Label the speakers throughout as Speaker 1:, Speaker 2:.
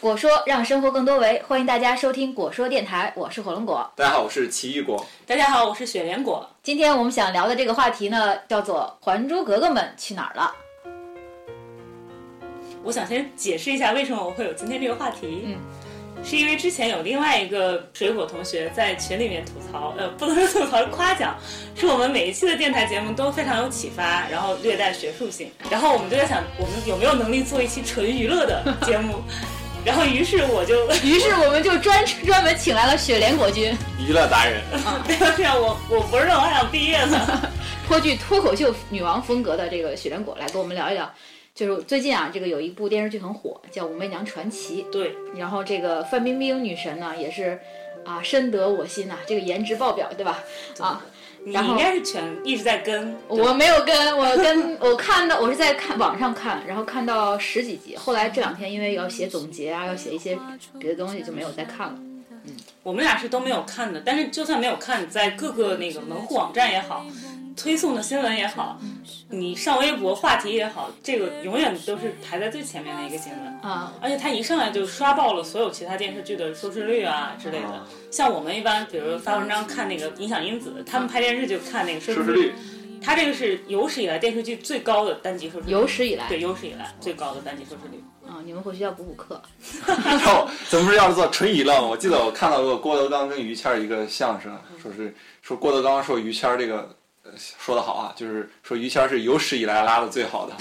Speaker 1: 果说让生活更多维，欢迎大家收听果说电台，我是火龙果。
Speaker 2: 大家好，我是奇异果。
Speaker 3: 大家好，我是雪莲果。
Speaker 1: 今天我们想聊的这个话题呢，叫做《还珠格格》们去哪儿了？
Speaker 3: 我想先解释一下为什么我会有今天这个话题。
Speaker 1: 嗯，
Speaker 3: 是因为之前有另外一个水果同学在群里面吐槽，呃，不能说吐槽，是夸奖，说我们每一期的电台节目都非常有启发，然后略带学术性。然后我们就在想，我们有没有能力做一期纯娱乐的节 目？然后于是我就
Speaker 1: 于是我们就专专门请来了雪莲果君，
Speaker 2: 娱乐达人，
Speaker 3: 没有这样，我我不是我想毕业 了。
Speaker 1: 颇具脱口秀女王风格的这个雪莲果来跟我们聊一聊。就是最近啊，这个有一部电视剧很火，叫《武媚娘传奇》。
Speaker 3: 对，
Speaker 1: 然后这个范冰冰女神呢，也是啊，深得我心呐、这个颜值爆表，对吧？啊，
Speaker 3: 你
Speaker 1: 然后
Speaker 3: 应该是全一直在跟，
Speaker 1: 我没有跟我跟我看到，我是在看网上看，然后看到十几集，后来这两天因为要写总结啊，要写一些别的东西，就没有再看了。
Speaker 3: 我们俩是都没有看的，但是就算没有看，在各个那个门户网站也好，推送的新闻也好，你上微博话题也好，这个永远都是排在最前面的一个新闻。
Speaker 1: 啊，
Speaker 3: 而且它一上来就刷爆了所有其他电视剧的收视率啊之类的
Speaker 2: 啊。
Speaker 3: 像我们一般，比如发文章看那个影响因子，他们拍电视就看那个收
Speaker 2: 收
Speaker 3: 视
Speaker 2: 视率。
Speaker 3: 它这个是有史以来电视剧最高的单集收视率，
Speaker 1: 有史以来
Speaker 3: 对有史以来最高的单集收视率。
Speaker 1: 啊，你们回去要补补课。
Speaker 2: 然后咱们不是要做纯娱乐吗？我记得我看到过郭德纲跟于谦儿一个相声，说是说郭德纲说于谦儿这个呃说的好啊，就是说于谦儿是有史以来拉的最好的。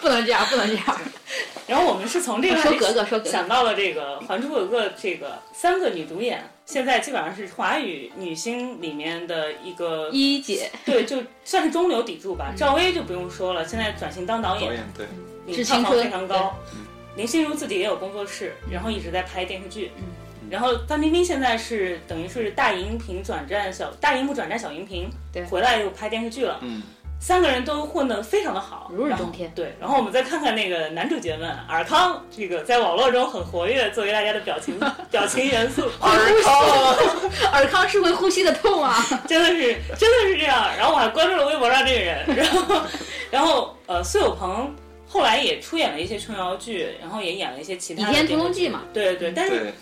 Speaker 1: 不能这样，不能这样。
Speaker 3: 然后我们是从这个
Speaker 1: 啊说格格说格格
Speaker 3: 想到了这个《还珠格格》这个三个女主演，现在基本上是华语女星里面的一个，
Speaker 1: 一姐、
Speaker 3: 对，就算是中流砥柱吧。赵薇就不用说了，现在转型当导
Speaker 2: 导
Speaker 3: 演，
Speaker 2: 演对，
Speaker 3: 你
Speaker 1: 致
Speaker 3: 票
Speaker 1: 青
Speaker 3: 房
Speaker 1: 春
Speaker 3: 非常高。
Speaker 2: 嗯
Speaker 3: 林心如自己也有工作室，然后一直在拍电视
Speaker 1: 嗯
Speaker 3: 剧。
Speaker 2: 嗯
Speaker 3: 然后范冰冰现在是等于是大荧屏转战小大荧幕转战小荧屏，
Speaker 1: 对
Speaker 3: 回来又拍电视剧了。
Speaker 2: 嗯，
Speaker 3: 三个人都混得非常的好，
Speaker 1: 如日
Speaker 3: 然后
Speaker 1: 中天
Speaker 3: 对，然后我们再看看那个男主角们，尔康这个在网络中很活跃，作为大家的 表情表情元素，
Speaker 2: 尔 康，
Speaker 1: 尔康是会呼吸的痛啊，
Speaker 3: 真的是真的是这样。然后我还关注了微博上这个人，然后然后呃，苏有朋后来也出演了一些琼瑶剧，然后也演了一些其
Speaker 1: 《倚
Speaker 3: 他的
Speaker 1: 天
Speaker 3: 电
Speaker 1: 屠
Speaker 3: 视
Speaker 1: 龙
Speaker 3: 剧。
Speaker 1: 记》嘛，
Speaker 3: 对对，但是
Speaker 2: 对，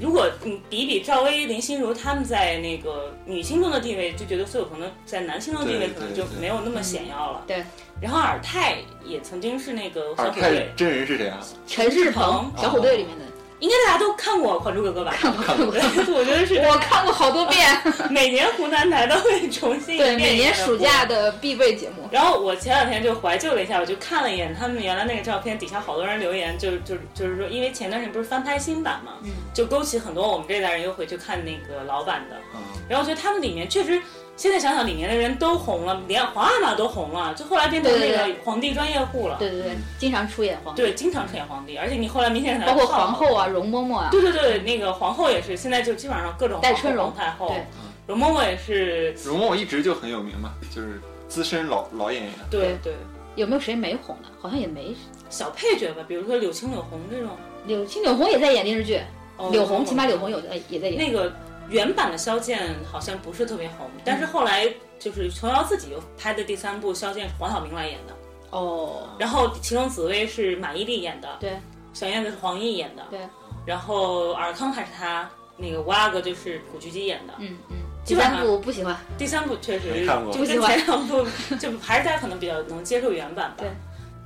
Speaker 3: 如果你比一比赵薇、林心如他们在那个女星中的地位，就觉得苏有朋的在男星中的地位
Speaker 2: 对
Speaker 3: 可能
Speaker 2: 对
Speaker 3: 就
Speaker 2: 对
Speaker 3: 没有那么显要了。
Speaker 1: 嗯对，
Speaker 3: 然后尔泰也曾经是那个
Speaker 2: 尔
Speaker 3: 小虎
Speaker 2: 泰
Speaker 3: 队，
Speaker 2: 真人是谁啊？
Speaker 1: 陈世鹏
Speaker 3: 鹏
Speaker 1: 《小虎队》里面的，
Speaker 3: 应该大家都看过《还珠格格》吧？
Speaker 1: 看过看 过，
Speaker 3: 我觉得是
Speaker 1: 我看过好多遍。
Speaker 3: 每年湖南台都会重新
Speaker 1: 对，
Speaker 3: 一遍
Speaker 1: 每
Speaker 3: 一遍
Speaker 1: 年
Speaker 3: 地
Speaker 1: 暑
Speaker 3: 播
Speaker 1: 假。的必备节目。
Speaker 3: 然后我前两天就怀旧了一下，我就看了一眼他们原来那个照片，底下好多人留言，就就就是说，因为前段时间不是翻拍新版嘛，
Speaker 1: 嗯
Speaker 3: 就勾起很多我们这代人又回去看那个老版的。
Speaker 2: 啊，
Speaker 3: 然后我觉得他们里面确实，现在想想里面的人都红了，连皇阿玛都红了，就后来变成
Speaker 1: 对
Speaker 3: 那
Speaker 1: 对
Speaker 3: 个皇帝专业户了。
Speaker 1: 对对对，经常出演皇帝，
Speaker 3: 对经常出演皇帝，而且你后来明显
Speaker 1: 包括皇后啊、容嬷嬷啊，
Speaker 3: 对对对，那个皇后也是，现在就基本上各种
Speaker 1: 戴春
Speaker 3: 荣
Speaker 1: 荣
Speaker 3: 太后
Speaker 1: 对，
Speaker 3: 容嬷嬷也是，
Speaker 2: 容嬷嬷一直就很有名嘛，就是资深老老演员。
Speaker 3: 对对，
Speaker 1: 有没有谁没红的？好像也没。
Speaker 3: 小配角吧，比如说柳青、柳红这种。
Speaker 1: 柳青、柳红也在演电视剧，
Speaker 3: 哦
Speaker 1: 柳红起码柳红有在呃也在演。
Speaker 3: 那个原版的萧剑好像不是特别红，但是
Speaker 1: 嗯
Speaker 3: 后来就是琼瑶自己又拍的第三部萧剑是黄晓明来演的，
Speaker 1: 哦，
Speaker 3: 然后其中紫薇是马伊琍演的，
Speaker 1: 对，
Speaker 3: 小燕子是黄奕演的，
Speaker 1: 对，
Speaker 3: 然后尔康还是他。那个五阿哥就是古巨基演的，
Speaker 1: 嗯嗯，第
Speaker 3: 基本
Speaker 1: 三
Speaker 3: 上
Speaker 1: 部我不喜欢，
Speaker 3: 第三部确实
Speaker 2: 没看过
Speaker 3: 就跟前两部就还是大家可能比较能接受原版吧。
Speaker 1: 对。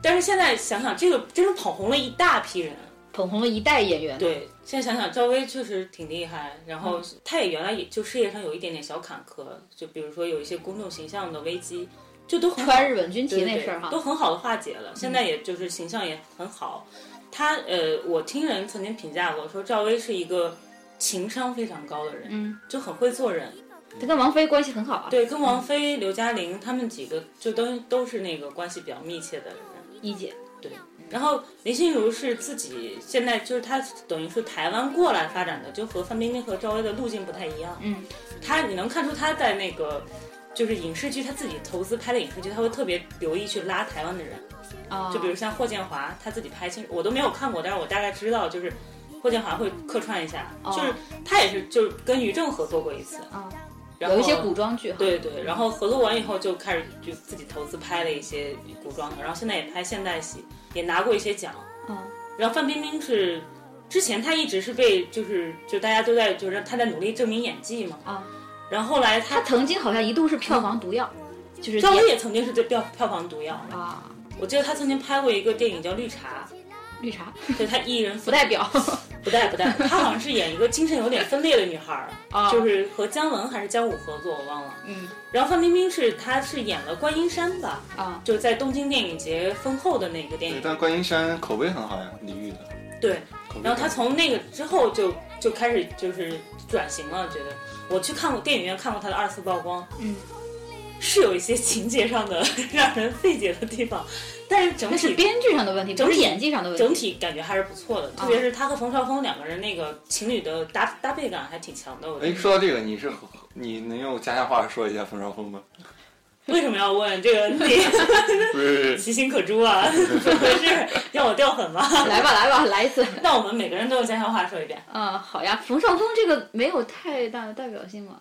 Speaker 3: 但是现在想想，这个真是捧红了一大批人。
Speaker 1: 捧红了一代演员。
Speaker 3: 对，现在想想，赵薇确实挺厉害，然后
Speaker 1: 嗯
Speaker 3: 她也原来也就事业上有一点点小坎坷，就比如说有一些公众形象的危机，就都很好
Speaker 1: 穿日本军旗
Speaker 3: 对
Speaker 1: 那
Speaker 3: 对
Speaker 1: 事儿哈嗯
Speaker 3: 都，很好的化解了。现在也就是形象也很好。她呃，我听人曾经评价过，说赵薇是一个情商非常高的人，
Speaker 1: 嗯，
Speaker 3: 就很会做人。
Speaker 1: 他跟王菲关系很好啊。
Speaker 3: 对，跟王菲、刘嘉玲他们几个就都都是那个关系比较密切的人。
Speaker 1: 一姐，
Speaker 3: 然后林心如是自己现在就是她等于是台湾过来发展的，就和范冰冰和赵薇的路径不太一样。
Speaker 1: 嗯，
Speaker 3: 她你能看出她在那个就是影视剧，她自己投资拍的影视剧，她会特别留意去拉台湾的人。
Speaker 1: 啊，
Speaker 3: 就比如像霍建华，他自己拍清，我都没有看过，但是我大概知道，就是霍建华会客串一下，
Speaker 1: 哦
Speaker 3: 就是他也是就是跟于正合作过一次，
Speaker 1: 啊，
Speaker 3: 然后
Speaker 1: 有一些古装剧哈，
Speaker 3: 对对，然后合作完以后就开始就自己投资拍了一些古装的，然后现在也拍现代戏，也拿过一些奖。
Speaker 1: 嗯，
Speaker 3: 然后范冰冰是之前她一直是被就是就大家都在就是她在努力证明演技嘛，
Speaker 1: 啊，
Speaker 3: 然后后来她
Speaker 1: 他曾经好像一度是票房毒药，就是
Speaker 3: 赵薇
Speaker 1: 演
Speaker 3: 也曾经是对票票房毒药，
Speaker 1: 啊，
Speaker 3: 我记得她曾经拍过一个电影叫《绿茶
Speaker 1: 绿茶》，
Speaker 3: 对她一人
Speaker 1: 不代 表
Speaker 3: 不带不带， 她好像是演一个精神有点分裂的女孩 儿，
Speaker 1: 啊，
Speaker 3: 就是和姜文还是姜武合作我忘了，
Speaker 1: 嗯
Speaker 3: 然后范冰冰是她是演了观音山吧，
Speaker 1: 啊，
Speaker 3: 就在东京电影节封后的那个电
Speaker 2: 对，
Speaker 3: 影，
Speaker 2: 但观音山口碑很好呀，李玉的。
Speaker 3: 对，
Speaker 2: 口碑
Speaker 3: 然后他
Speaker 2: 很好
Speaker 3: 从那个之后就就开始就是转型了，觉得我去看过电影院看过他的二次曝光，
Speaker 1: 嗯，
Speaker 3: 是有一些情节上的 让人费解的地方，但是整
Speaker 1: 那是
Speaker 3: 体
Speaker 1: 编剧上的问题，不是演技上的问
Speaker 3: 整
Speaker 1: 题。
Speaker 3: 体感觉还是不错的，特
Speaker 1: 嗯
Speaker 3: 别是他和冯绍峰两个人那个情侣的搭搭配感还挺强的，我觉
Speaker 2: 哎，
Speaker 3: 得。
Speaker 2: 说到这个，你是你能用家乡话说一下冯绍峰 吗？
Speaker 3: 为什么要问 这个问题？
Speaker 2: 不是，
Speaker 3: 其心可诛啊， 怎么回事？ 要我掉粉吗？
Speaker 1: 来吧来吧，来一次。
Speaker 3: 那我们每个人都用家乡话说一遍。
Speaker 1: 啊，好呀，冯绍峰这个没有太大的代表性嘛。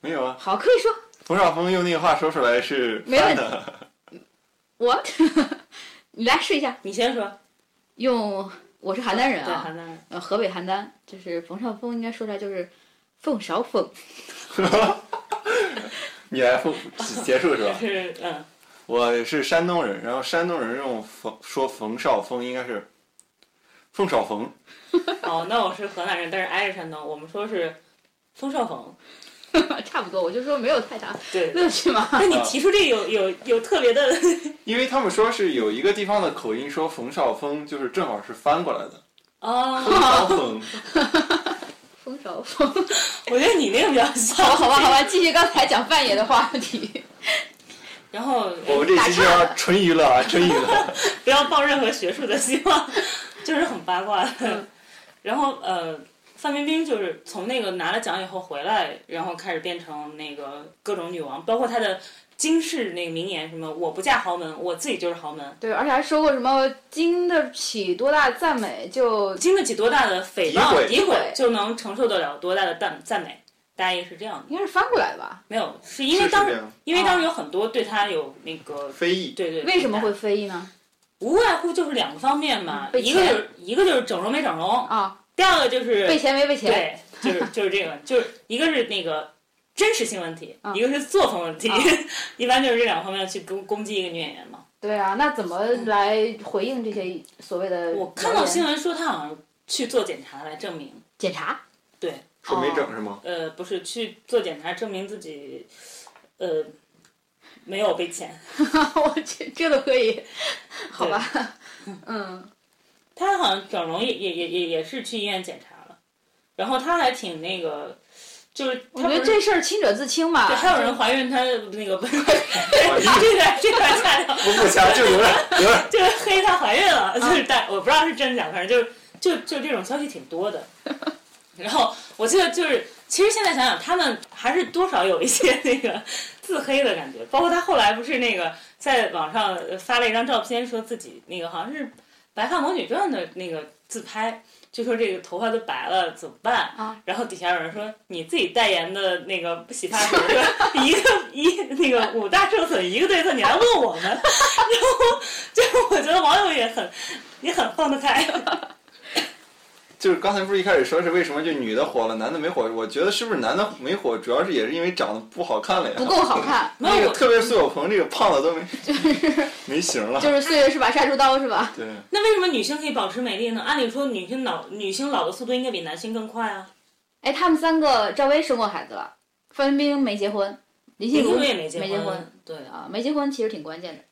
Speaker 2: 没有啊。
Speaker 1: 好，可以说
Speaker 2: 冯绍峰用那个话说出来是
Speaker 1: 没问
Speaker 2: 翻
Speaker 1: 题
Speaker 2: 的，
Speaker 1: 我， 你来试一下，
Speaker 3: 你先说。
Speaker 1: 用我是邯郸人
Speaker 3: 对，
Speaker 1: 啊，
Speaker 3: 邯郸人。
Speaker 1: 呃，河北邯郸，就是冯绍峰应该说出来就是凤 少峰，
Speaker 2: 你来复结束是吧？
Speaker 3: 是嗯，
Speaker 2: 我是山东人，然后山东人用冯说冯绍峰应该是凤少冯，
Speaker 3: 哦，那我是河南人，但是挨着山东，我们说是冯绍峰。
Speaker 1: 差不多，我就说没有太大
Speaker 3: 对，
Speaker 1: 乐趣嘛。
Speaker 3: 那你提出这个有有有特别的，
Speaker 2: 因为他们说是有一个地方的口音说冯绍峰就是正好是翻过来的，
Speaker 3: 哦，
Speaker 2: 冯绍峰。
Speaker 1: 凤少峰，
Speaker 3: 我觉得你那个比较像。
Speaker 1: 好 吧好吧，继续刚才讲范爷的话题。
Speaker 3: 然后
Speaker 2: 我们这期就要纯娱乐啊，纯娱乐。
Speaker 3: 不要抱任何学术的希望， 就是很八卦
Speaker 1: 嗯
Speaker 3: 的。 然后呃，范冰冰就是从那个拿了奖以后回来，然后开始变成那个各种女王，包括她的金氏那个名言什么“我不嫁豪门，我自己就是豪 门
Speaker 1: 对，而且还说过什么经得起多大赞美就”，
Speaker 3: 经得起多大的诽
Speaker 2: 诋
Speaker 3: 谤
Speaker 2: 毁
Speaker 3: 诋毁
Speaker 1: 对，
Speaker 3: 就能承受得了多大的赞赞美。大意是这样的。
Speaker 1: 应该是翻过来吧？
Speaker 3: 没有，是因为
Speaker 2: 是
Speaker 3: 当
Speaker 2: 是
Speaker 3: 时
Speaker 2: 这样
Speaker 3: 因为
Speaker 1: 哦
Speaker 3: 当时有很多对他有那个
Speaker 2: 非议，
Speaker 3: 对对，
Speaker 1: 为什么会非议呢？
Speaker 3: 无外乎就是两个方面嘛，
Speaker 1: 嗯被
Speaker 3: 一个
Speaker 1: 钱
Speaker 3: 就是一个就是整容没整容，
Speaker 1: 啊，
Speaker 3: 第二个就是
Speaker 1: 被钱没被钱？
Speaker 3: 对，就是就是这个，就是一个是那个真实性问题，
Speaker 1: 啊
Speaker 3: 一个是作风问题
Speaker 1: 啊，
Speaker 3: 一般就是这两个方面去攻攻击一个女演员嘛。
Speaker 1: 对啊，那怎么来回应这些所谓的谣言？
Speaker 3: 我看到新闻说她好像去做检查来证明，
Speaker 1: 检查，
Speaker 2: 说没整是吗？
Speaker 3: 呃，不是去做检查证明自己，呃，没有被钱。
Speaker 1: 我这这都可以，好吧？嗯，
Speaker 3: 他好像整容也也也也也是去医院检查了，然后他还挺那个，就是
Speaker 1: 我
Speaker 3: 他
Speaker 1: 觉
Speaker 3: 不
Speaker 1: 得
Speaker 3: 是
Speaker 1: 这事儿亲者自清嘛。
Speaker 3: 对，还有人怀孕，他那个
Speaker 2: 怀孕
Speaker 3: 这段这段下掉，
Speaker 2: 不不掐，就有点有点。
Speaker 3: 就是黑她怀孕了，就是但我不知道是真假，反正就是就就这种消息挺多的。然后我记得就是，其实现在想想，他们还是多少有一些那个自黑的感觉，包括他后来不是那个在网上发了一张照片，说自己那个好像是《白发魔女传》的那个自拍。就说这个头发都白了怎么办？
Speaker 1: 啊
Speaker 3: 然后底下有人说你自己代言的那个洗发水，一个一那个五大受损一个对策，你还问我们？就是 我觉得网友也很也很放得开，
Speaker 2: 就是刚才不是一开始说是为什么就女的火了，男的没火？我觉得是不是男的没火，主要是也是因为长得不好看了呀。
Speaker 1: 不够好看，
Speaker 3: 没有
Speaker 2: 那个
Speaker 3: 我
Speaker 2: 特别是苏有朋这个胖的都 没没型了。
Speaker 1: 就是岁月是把杀猪刀是吧？
Speaker 2: 对，
Speaker 3: 那为什么女性可以保持美丽呢？按理说，女性老女性老的速度应该比男性更快啊。
Speaker 1: 哎，他们三个，赵薇生过孩子了，范冰冰没结婚，林心
Speaker 3: 林
Speaker 1: 如
Speaker 3: 心如也没结
Speaker 1: 没结婚
Speaker 3: 对啊，
Speaker 1: 啊，没结婚其实挺关键的。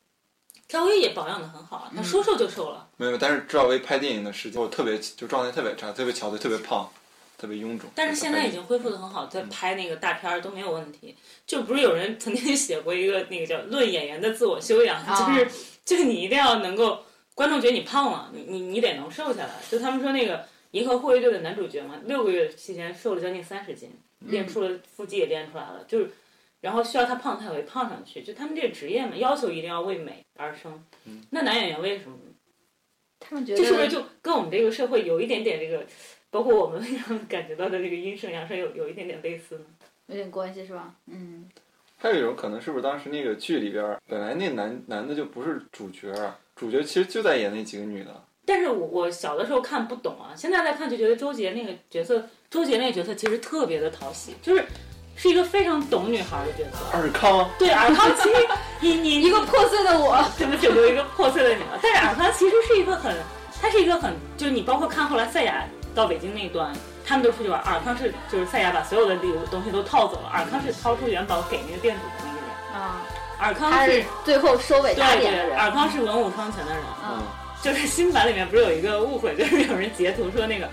Speaker 3: 赵薇也保养的很好
Speaker 1: 嗯
Speaker 3: 啊，她说瘦就瘦了。
Speaker 2: 没有，但是赵薇拍电影的时间，我特别就状态特别差，特别憔悴，特别胖，特别臃肿。
Speaker 3: 但是现在已经恢复的很好，在拍那个大片儿都没有问题。就不是有人曾经 写过一个那个叫《论演员的自我修养》，
Speaker 1: 啊
Speaker 3: 就是就是你一定要能够，观众觉得你胖了，你你你得能瘦下来。就他们说那个《银河护卫队》的男主角嘛，六个月期间瘦了将近三十斤，练出了腹肌也练出来了，就是。然后需要他胖，他也会胖上去。就他们这个职业嘛，要求一定要为美而生。
Speaker 2: 嗯
Speaker 3: 那男演员为什么呢？
Speaker 1: 他们觉得
Speaker 3: 这是不是就跟我们这个社会有一点点这个，包括我们为什么感觉到的这个阴盛阳衰有有一点点类似呢？
Speaker 1: 有点关系是吧？嗯，
Speaker 2: 还有一种可能是不是当时那个剧里边儿本来那男男的就不是主角儿，主角其实就在演那几个女的。
Speaker 3: 但是我我小的时候看不懂啊，现在再看就觉得周杰那个角色，周杰那个角色其实特别的讨喜，就是是一个非常懂女孩的角色。
Speaker 2: 尔康，
Speaker 3: 对，尔康其实你你
Speaker 1: 一个破碎的我，
Speaker 3: 怎么拯救一个破碎的你了？但是尔康其实是一个很，他是一个很，就是你包括看后来赛亚到北京那一段，他们都出去玩，尔康是就是赛亚把所有的礼物东西都套走了，尔康是掏出元宝给那个店主的那个人，
Speaker 1: 啊，
Speaker 3: 尔
Speaker 1: 他
Speaker 3: 康是
Speaker 1: 是最后收尾打
Speaker 3: 对
Speaker 1: 点的
Speaker 3: 对，
Speaker 1: 人，啊
Speaker 3: 尔康是文武双全的人。
Speaker 2: 嗯！
Speaker 1: 嗯，，
Speaker 3: 就是新版里面不是有一个误会，就是有人截图说那个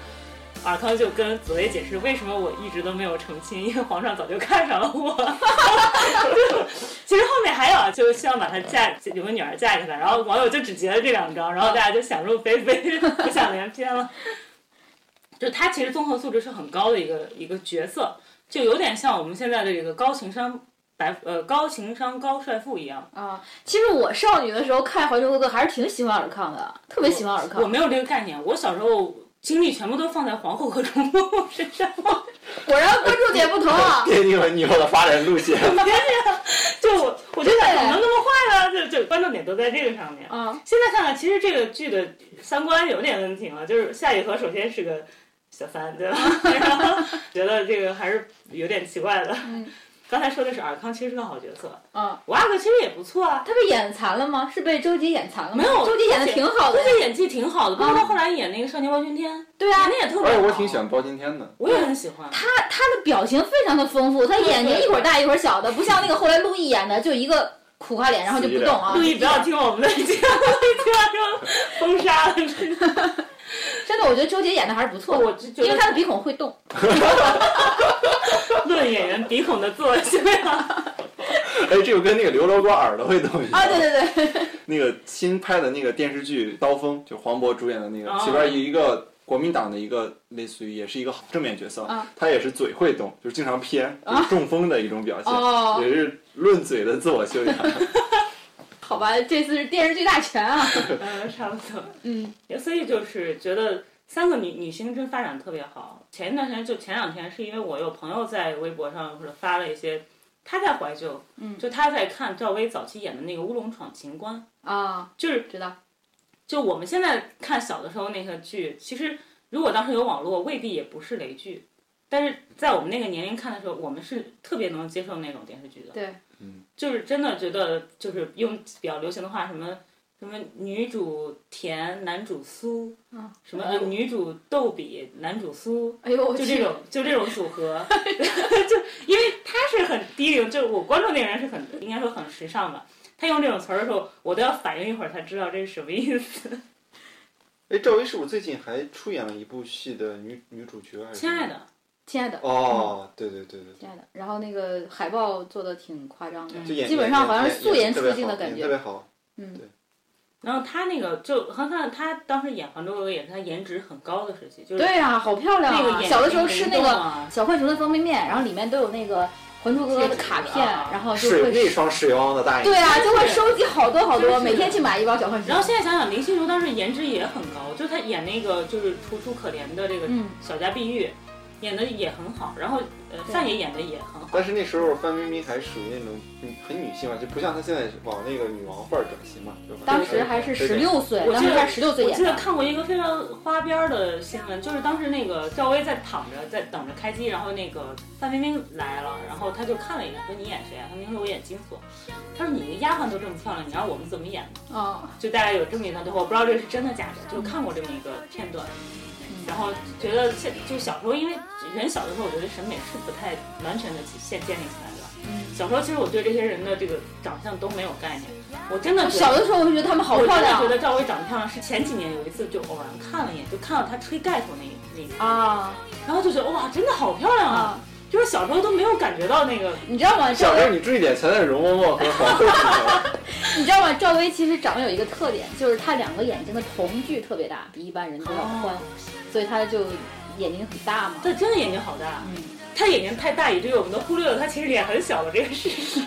Speaker 3: 尔康就跟紫薇解释为什么我一直都没有成亲，因为皇上早就看上了我。 其实后面还有啊，就是希望把他嫁有个女儿嫁给他，然后网友就只截了这两张，然后大家就想入非非， 不想连篇了。就他其实综合素质是很高的一个一个角色，就有点像我们现在的这个高情商白呃高情商高帅富一样。
Speaker 1: 啊，其实我少女的时候看《还珠格格》还是挺喜欢尔康的，特别喜欢尔
Speaker 3: 我
Speaker 1: 康。
Speaker 3: 没有这个概念，我小时候精力全部都放在皇后和容嬷嬷身上，
Speaker 1: 果然关注点不同啊
Speaker 2: 奠定了你以后的发展路 线。
Speaker 3: 就我我就想
Speaker 1: 对
Speaker 3: 怎么那么坏呢？就就关注点都在这个上面。
Speaker 1: 啊，
Speaker 3: 现在看看，其实这个剧的三观有点问题嘛，就是夏雨荷首先是个小三，对吧？然后觉得这个还是有点奇怪的。
Speaker 1: 嗯
Speaker 3: 刚才说的是尔康，其实是个好角色，
Speaker 1: 啊，
Speaker 3: 五阿哥其实也不错啊。
Speaker 1: 他被眼残了吗？是被周杰眼残了吗？
Speaker 3: 没有
Speaker 1: 周杰演的挺好的
Speaker 3: 他。这演技挺好的，包括他后来演那个《少年包青天》，
Speaker 1: 对啊
Speaker 3: 演，的也特别
Speaker 2: 而且
Speaker 3: 好。
Speaker 2: 哎我挺喜，欢包青天的，
Speaker 3: 我也很喜欢。
Speaker 1: 他他的表情非常的丰富，他眼睛一会儿大一会儿小的，不像那个后来陆毅演的，就一个苦瓜脸，然后就不动啊。
Speaker 3: 故意不要听我们的节目， 听完之后封杀了。
Speaker 1: 真的，我觉得周杰演的还是不错的，
Speaker 3: 我就觉
Speaker 1: 因为他
Speaker 3: 得
Speaker 1: 的鼻孔会动。
Speaker 2: 哎
Speaker 3: 论演员鼻孔的自我修养，
Speaker 2: 哎，这个跟那个刘罗锅耳朵会东西
Speaker 1: 啊，对对对，
Speaker 2: 那个新拍的那个电视剧《刀锋》，就黄渤主演的那个，
Speaker 3: 哦
Speaker 2: 里边有一个国民党的一个类似于也是一个正面角色，
Speaker 3: 嗯
Speaker 1: 啊
Speaker 2: 他也是嘴会动，就是经常偏，
Speaker 3: 哦
Speaker 2: 就是中风的一种表 现，
Speaker 1: 哦
Speaker 2: 也是论嘴的自我修 养。
Speaker 1: 好吧，这次是电视剧大全 啊。
Speaker 3: 嗯，差不多。
Speaker 1: 嗯
Speaker 3: 也所以就是觉得三个女女星真发展特别好。前一段时间就前两天，是因为我有朋友在微博上或者发了一些，他在怀旧，
Speaker 1: 嗯
Speaker 3: 就他在看赵薇早期演的那个《乌龙闯情关》，
Speaker 1: 啊，
Speaker 3: 就是
Speaker 1: 知道。
Speaker 3: 就我们现在看小的时候那个剧，其实如果当时有网络，未必也不是雷剧。但是在我们那个年龄看的时候，我们是特别能接受那种电视剧的。
Speaker 1: 对，
Speaker 2: 嗯，
Speaker 3: 就是真的觉得，就是用比较流行的话，什么什么女主甜，男主酥，
Speaker 1: 嗯，
Speaker 3: 什么、呃女主逗比，男主酥，
Speaker 1: 哎呦，我
Speaker 3: 就
Speaker 1: 去
Speaker 3: 这种就这种组 合，就因为他是很低龄，就是我关注那个人是很应该说很时尚吧。他用这种词儿的时候，我都要反应一会儿才知道这是什么意思。
Speaker 2: 哎，赵薇是不是最近还出演了一部戏的女女主角？还是
Speaker 3: 亲爱的，
Speaker 1: 亲爱的。
Speaker 2: 哦，对对对对
Speaker 1: 亲爱的，然后那个海报做的挺夸张的，
Speaker 2: 对，就演
Speaker 1: 基本上好像
Speaker 2: 演
Speaker 1: 是素颜
Speaker 2: 演
Speaker 1: 出
Speaker 2: 得特别
Speaker 1: 镜的
Speaker 2: 好
Speaker 1: 感
Speaker 2: 演
Speaker 1: 觉
Speaker 2: 特别好。
Speaker 1: 嗯，
Speaker 3: 然后他那个就很看他当时演《还珠格格》也是他颜值很高的时期，就是
Speaker 1: 对呀、好漂亮、
Speaker 3: 那个
Speaker 1: 啊！
Speaker 3: 眼
Speaker 1: 小的时候
Speaker 3: 睛
Speaker 1: 吃
Speaker 3: 灵
Speaker 1: 那
Speaker 3: 动
Speaker 1: 个
Speaker 3: 啊
Speaker 1: 小浣熊的方便面，然后里面都有那个《还珠格格》的卡片，
Speaker 3: 戒指啊
Speaker 1: 然后就
Speaker 2: 水那
Speaker 1: 会
Speaker 2: 双水汪汪的大眼睛，
Speaker 1: 对啊，
Speaker 3: 真是
Speaker 1: 就会收集好多好
Speaker 3: 真
Speaker 1: 多，
Speaker 3: 是
Speaker 1: 每天去买一包小浣熊。
Speaker 3: 然后现在想想，林心如当时颜值也很高，就她演那个就是楚楚可怜的这个
Speaker 1: 嗯，
Speaker 3: 小家碧玉，演的也很好。然后呃，
Speaker 1: 对
Speaker 3: 范爷演的也很好。
Speaker 2: 但是那时候范冰冰还属于那种嗯很女性嘛，就不像她现在往那个女王范儿转型嘛。就反
Speaker 1: 当
Speaker 2: 正
Speaker 1: 时还是十六岁，
Speaker 3: 我
Speaker 1: 当
Speaker 3: 记
Speaker 1: 时
Speaker 3: 得
Speaker 1: 还是十六岁
Speaker 3: 我
Speaker 1: 演
Speaker 3: 记得
Speaker 1: 的。
Speaker 3: 看过一个非常花边儿的新闻，就是当时那个赵薇在躺着在等着开机，然后那个范冰冰来了，然后她就看了一眼，说你演谁啊？范冰冰说我演金锁。她说你一个丫鬟都这么漂亮，你让我们怎么演呢？
Speaker 1: 哦，
Speaker 3: 就大家有这么一段对话，我不知道这是真的假的，就看过这么一个片段，然后觉得现就小时候，因为人小的时候，我觉得审美是不太完全的现建立起来的。
Speaker 1: 嗯
Speaker 3: 小时候其实我对这些人的这个长相都没有概念，我真的
Speaker 1: 我
Speaker 3: 觉得
Speaker 1: 哦小的时候我就觉得她们好漂亮啊
Speaker 3: 我真的觉得赵薇长得漂亮是前几年有一次就偶然看了一眼，就看到她吹盖头那一那一段，
Speaker 1: 啊
Speaker 3: 然后就觉得哇，真的好漂亮啊！
Speaker 1: 啊！
Speaker 3: 就是小时候都没有感觉到那个
Speaker 1: 你知道吗？赵
Speaker 2: 小时候
Speaker 1: 薇，
Speaker 2: 你注意点全在容嬷嬷和皇后身 上。
Speaker 1: 你知道吗？赵薇其实长得有一个特点，就是她两个眼睛的瞳距特别大，比一般人都要宽，所以她就眼睛很大嘛。
Speaker 3: 她真的眼睛好大，
Speaker 1: 嗯。
Speaker 3: 她眼睛太大，以至于我们都忽略了她其实脸很小的这个事实。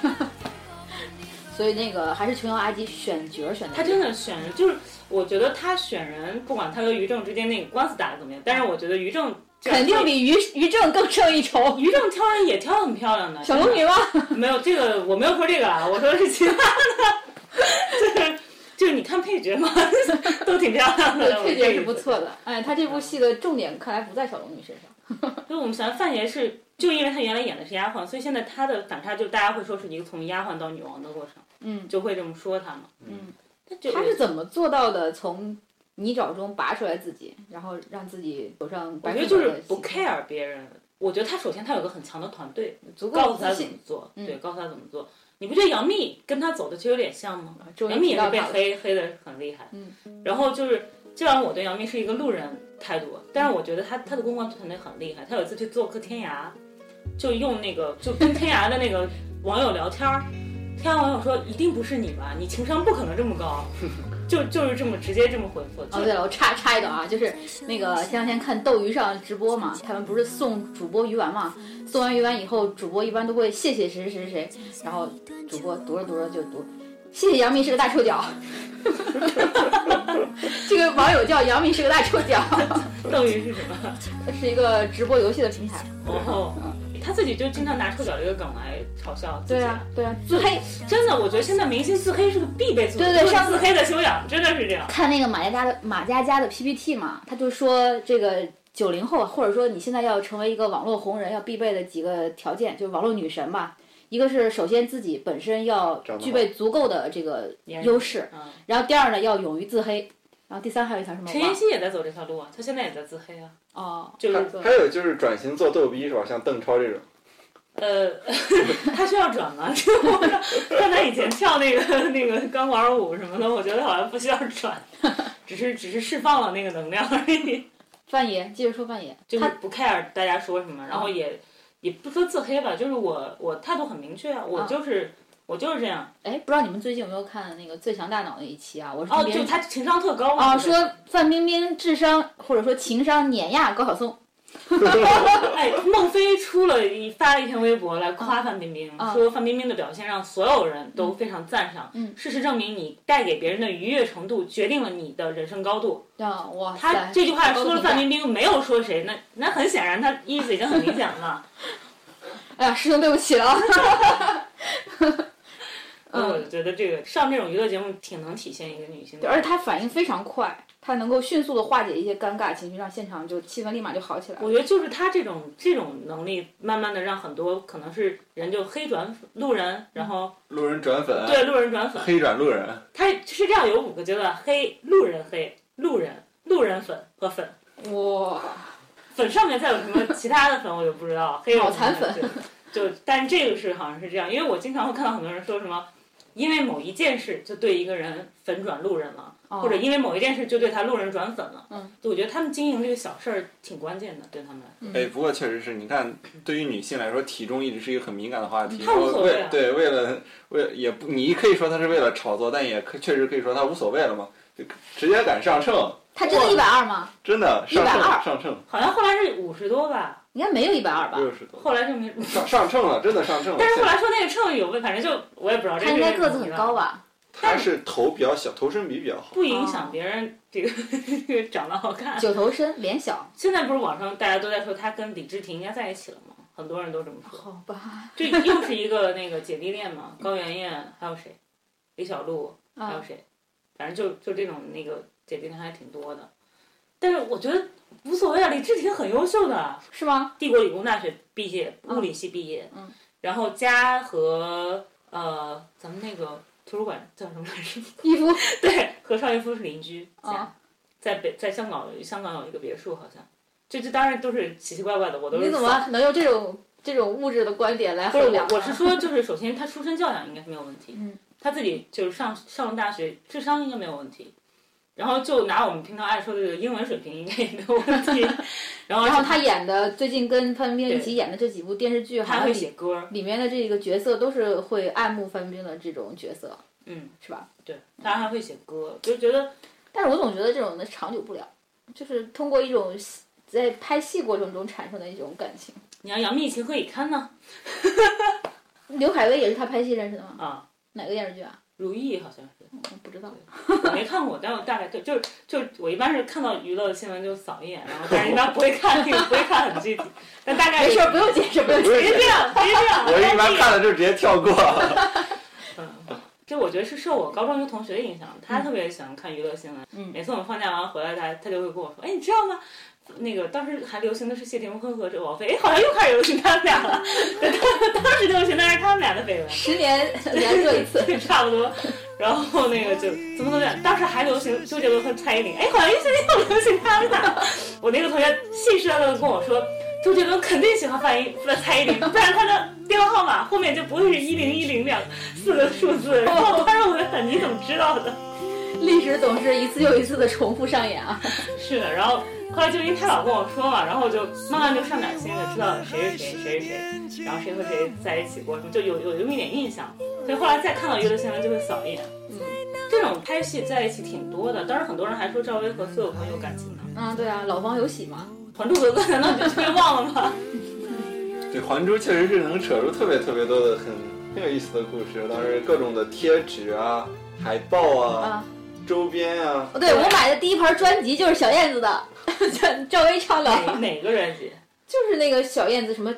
Speaker 1: 所以那个还是琼瑶阿姨选角儿选的，
Speaker 3: 他真的选人，就是我觉得他选人，不管他和于正之间那个官司打得怎么样，但是我觉得于正就
Speaker 1: 肯定比于于正更胜一筹。
Speaker 3: 于正挑人也挑得很漂亮的
Speaker 1: 啊小龙女吗？
Speaker 3: 没有这个我没有说这个啊，我说的是其他的，就是就就是你看配角嘛，都挺漂亮的。
Speaker 1: 配角是不错的。哎，他这部戏的重点看来不在小龙女身上。
Speaker 3: 所以我们想，范爷是就因为他原来演的是丫鬟，所以现在他的反差就是大家会说是一个从丫鬟到女王的过程，
Speaker 1: 嗯
Speaker 3: 就会这么说他嘛。
Speaker 1: 嗯，
Speaker 3: 但就
Speaker 1: 他是怎么做到的？从泥沼中拔出来自己，然后让自己走上
Speaker 3: 我
Speaker 1: 白
Speaker 3: 觉
Speaker 1: 富美
Speaker 3: 得
Speaker 1: 的
Speaker 3: 就是不
Speaker 1: 形
Speaker 3: care 别人。我觉得他首先他有个很强的团队，
Speaker 1: 足
Speaker 3: 告
Speaker 1: 够
Speaker 3: 诉他
Speaker 1: 自
Speaker 3: 怎么
Speaker 1: 信。
Speaker 3: 做，
Speaker 1: 嗯
Speaker 3: 对，告诉他怎么做。你不觉得杨幂跟他走的其实有点像吗？
Speaker 1: 啊终于
Speaker 3: 杨幂
Speaker 1: 提
Speaker 3: 也是
Speaker 1: 到
Speaker 3: 被
Speaker 1: 他了。
Speaker 3: 黑黑的很厉害，
Speaker 1: 嗯，
Speaker 3: 然后就是虽然我对杨幂是一个路人态度，但是我觉得她她的公关团队很厉害，她有一次去做客天涯，就用那个就跟天涯的那个网友聊天儿，天涯网友说一定不是你吧，你情商不可能这么 高，就就是这么直接这么回复，
Speaker 1: 哦
Speaker 3: 就
Speaker 1: 对了，我插插一个啊，就是那个前两天看斗鱼上直播嘛，他们不是送主播鱼丸嘛，送完鱼丸以后，主播一般都会谢谢谁谁谁，然后主播读着读着就读，谢谢杨幂是个大臭脚。 这个网友叫杨幂是个大臭脚，
Speaker 3: 斗鱼是什么？
Speaker 1: 是一个直播游戏的平台。
Speaker 3: 然后她自己就经常拿臭脚这个梗来嘲笑自己。
Speaker 1: 对啊，对啊，自黑。
Speaker 3: 真的，我觉得现在明星自黑是个必备素质，
Speaker 1: 对对
Speaker 3: 就是
Speaker 1: 上次
Speaker 3: 自黑的修养真的是这样。
Speaker 1: 看那个马佳佳的马佳佳的 PPT 嘛，他就说这个九零后啊，或者说你现在要成为一个网络红人，要必备的几个条件，就是网络女神吧。一个是首先自己本身要
Speaker 2: 长得
Speaker 1: 具备足够的这个
Speaker 3: 颜值
Speaker 1: 优势，
Speaker 3: 嗯，
Speaker 1: 然后第二呢要勇于自黑，然后第三还有一条什么？
Speaker 3: 陈妍希也在走这条路啊，她现在也在自黑啊，
Speaker 1: 哦，
Speaker 3: 就是
Speaker 2: 还还有就是转型做逗逼是吧？像邓超这种，
Speaker 3: 呃， 他需要转吗？ 像他以前跳那个 那个钢管舞什么的，我觉得好像不需要 转，只是只是释放了那个能量而已，
Speaker 1: 范爷，接着说范爷，
Speaker 3: 就是
Speaker 1: 他
Speaker 3: 不 care 大家说什么，然后也也不说自黑吧，就是我我态度很明确啊，我
Speaker 1: 啊
Speaker 3: 就是。我就是这样
Speaker 1: 哎，不知道你们最近有没有看那个《最强大脑》那一期啊？我是
Speaker 3: 哦，
Speaker 1: 听别
Speaker 3: 就
Speaker 1: 人
Speaker 3: 他情商特高嘛
Speaker 1: 啊，说范冰冰智商或者说情商碾压高晓松，
Speaker 3: 哎，孟非出了一发了一篇微博
Speaker 1: 嗯
Speaker 3: 来夸范冰冰，
Speaker 1: 啊
Speaker 3: 说范冰冰的表现让所有人都非常赞赏。
Speaker 1: 嗯
Speaker 3: 事实证明，你带给别人的愉悦程度决定了你的人生高度。
Speaker 1: 啊，哇塞，
Speaker 3: 哦他这句话说
Speaker 1: 高
Speaker 3: 了
Speaker 1: 度评价
Speaker 3: 范冰冰，没有说谁，那那很显然他意思已经很明显 了。
Speaker 1: 哎呀，师兄，对不起了 啊。
Speaker 3: 我
Speaker 1: 嗯，
Speaker 3: 觉得这个上这种娱乐节目挺能体现一个女性
Speaker 1: 对
Speaker 3: 的，
Speaker 1: 而且他反应非常快，他能够迅速的化解一些尴尬情绪，让现场就气氛立马就好起来了。
Speaker 3: 我觉得就是他这种这种能力，慢慢的让很多可能是人就黑转路人，然后
Speaker 2: 路人转粉，
Speaker 1: 嗯
Speaker 3: 对路人转粉，
Speaker 2: 黑转路人，
Speaker 3: 他是这样有五个阶段：黑路人黑路人路人粉和粉。
Speaker 1: 哇，
Speaker 3: 粉上面再有什么其他的粉我就不知道，黑人
Speaker 1: 脑残粉
Speaker 3: 就，就但这个是好像是这样，因为我经常会看到很多人说什么，因为某一件事就对一个人粉转路人了，
Speaker 1: 哦
Speaker 3: 或者因为某一件事就对他路人转粉了，
Speaker 1: 嗯，
Speaker 3: 就我觉得他们经营这个小事儿挺关键的，对他们来说，
Speaker 2: 哎，不过确实是你看，对于女性来说，体重一直是一个很敏感的话题。
Speaker 3: 她无所谓啊
Speaker 2: 为对，为了为也不，你可以说她是为了炒作，但也可确实可以说她无所谓了嘛，就直接敢上秤，
Speaker 1: 他真的一百二吗？
Speaker 2: 真的上秤
Speaker 1: 120
Speaker 2: 上秤
Speaker 3: 好像后来是五十多吧，
Speaker 1: 应该没有一百二吧？
Speaker 2: 六十多，
Speaker 3: 后来证明，
Speaker 2: 上上秤了，真的上秤了。
Speaker 3: 但是后来说那个秤有问，反正就我也不知道，这
Speaker 1: 他应该
Speaker 3: 这
Speaker 1: 个子很高吧？
Speaker 2: 她是头比较小，头身比比较好。
Speaker 3: 啊不影
Speaker 1: 哦
Speaker 3: 响别人这个、 这个长得好看。
Speaker 1: 九头身，脸小。
Speaker 3: 现在不是网上大家都在说他跟李治廷应该在一起了吗？很多人都这么说。
Speaker 1: 好 吧。
Speaker 3: 这又是一个那个姐弟 恋嘛，高圆圆还有谁，李小璐还有
Speaker 1: 啊，
Speaker 3: 谁，反正就就这种那个姐弟恋还挺多的。但是我觉得无所谓啊，李治廷很优秀的，
Speaker 1: 是吗？
Speaker 3: 帝国理工大学毕业，
Speaker 1: 嗯
Speaker 3: 物理系毕业，
Speaker 1: 嗯
Speaker 3: 然后家和呃咱们那个图书馆叫什么来着？
Speaker 1: 衣服
Speaker 3: 对，和邵逸夫是邻居家，
Speaker 1: 啊，
Speaker 3: 在北在香港有香港有一个别墅，好像这这当然都是奇奇怪怪的，我都是
Speaker 1: 你怎
Speaker 3: 扫
Speaker 1: 么能用这种这种物质的观点来
Speaker 3: 不是
Speaker 1: 衡
Speaker 3: 我
Speaker 1: 量，呢？啊
Speaker 3: 我是说，就是首先他出身教养应该是没有问题，
Speaker 1: 嗯
Speaker 3: 他自己就是上上了大学，智商应该没有问题，然后就拿我们平常爱说的这个英文水平应该也没有问 题，然后
Speaker 1: 然后他演的最近跟范冰冰一起演的这几部电视剧，好
Speaker 3: 他
Speaker 1: 像
Speaker 3: 会
Speaker 1: 里
Speaker 3: 写歌，
Speaker 1: 里面的这个角色都是会爱慕范冰冰的这种角色，
Speaker 3: 嗯，
Speaker 1: 是吧？
Speaker 3: 对，他还会写歌，就觉得
Speaker 1: 但是我总觉得这种的长久不了，就是通过一种戏在拍戏过程中产生的一种感情。
Speaker 3: 你让杨幂情何以堪呢？
Speaker 1: 刘恺威也是他拍戏认识的吗？
Speaker 3: 啊，
Speaker 1: 哪个电视剧啊？
Speaker 3: 如懿好像是，
Speaker 1: 我不知道。
Speaker 3: 我没看过，但我大概对，就是就是我一般是看到娱乐新闻就扫一眼，然后但是一般不会看 那个，不会看很具体，但大概
Speaker 1: 没事儿，不用解释，不用解
Speaker 2: 不
Speaker 1: 释。
Speaker 2: 是
Speaker 3: 啊别这样，别这样，
Speaker 2: 我一般看了就直接跳过。
Speaker 3: 嗯，这我觉得是受我高中一个同学的影响，他特别喜欢看娱乐新闻。
Speaker 1: 嗯
Speaker 3: 每次我们放假完回来，他他就会跟我说：“哎，你知道吗？那个当时还流行的是谢霆锋和这王菲，哎，好像又开始流行他们俩了。 对当当时流行的是他们俩的绯闻。”
Speaker 1: 十年连做一次，
Speaker 3: 对， 差不多。然后那个就怎么怎么样，当时还流行周杰伦和蔡依林，哎，好像最近又流行他们俩。我那个同学信誓旦旦的跟我说，周杰伦肯定喜欢范一蔡依林，不然他的电话号码后面就不会是一零一零两四个数字。然后当时我就很，你怎么知道的？
Speaker 1: 历史总是一次又一次的重复上演啊。
Speaker 3: 是的，然后后来就因为他老跟我说嘛，然后就慢慢就上点心了，知道谁是谁，谁是谁，然后谁和谁在一起过，什么就有有那么一点印象，所以后来再看到娱乐新闻就会扫一眼。
Speaker 1: 嗯
Speaker 3: 这种拍戏在一起挺多的，当然很多人还说赵薇和苏有朋有感情呢，
Speaker 1: 啊，对啊，老方有喜嘛。
Speaker 3: 《还珠格格》难道就被忘 了吗？
Speaker 2: 对，《还珠》确实是能扯出特别特别多的很很有意思的故事，当时各种的贴纸啊、海报啊、
Speaker 1: 啊，哦
Speaker 2: 周边啊，
Speaker 1: 对我买的第一盘专辑就是小燕子的， 赵赵薇唱的，
Speaker 3: 哪哪个专辑？
Speaker 1: 就是那个小燕子什么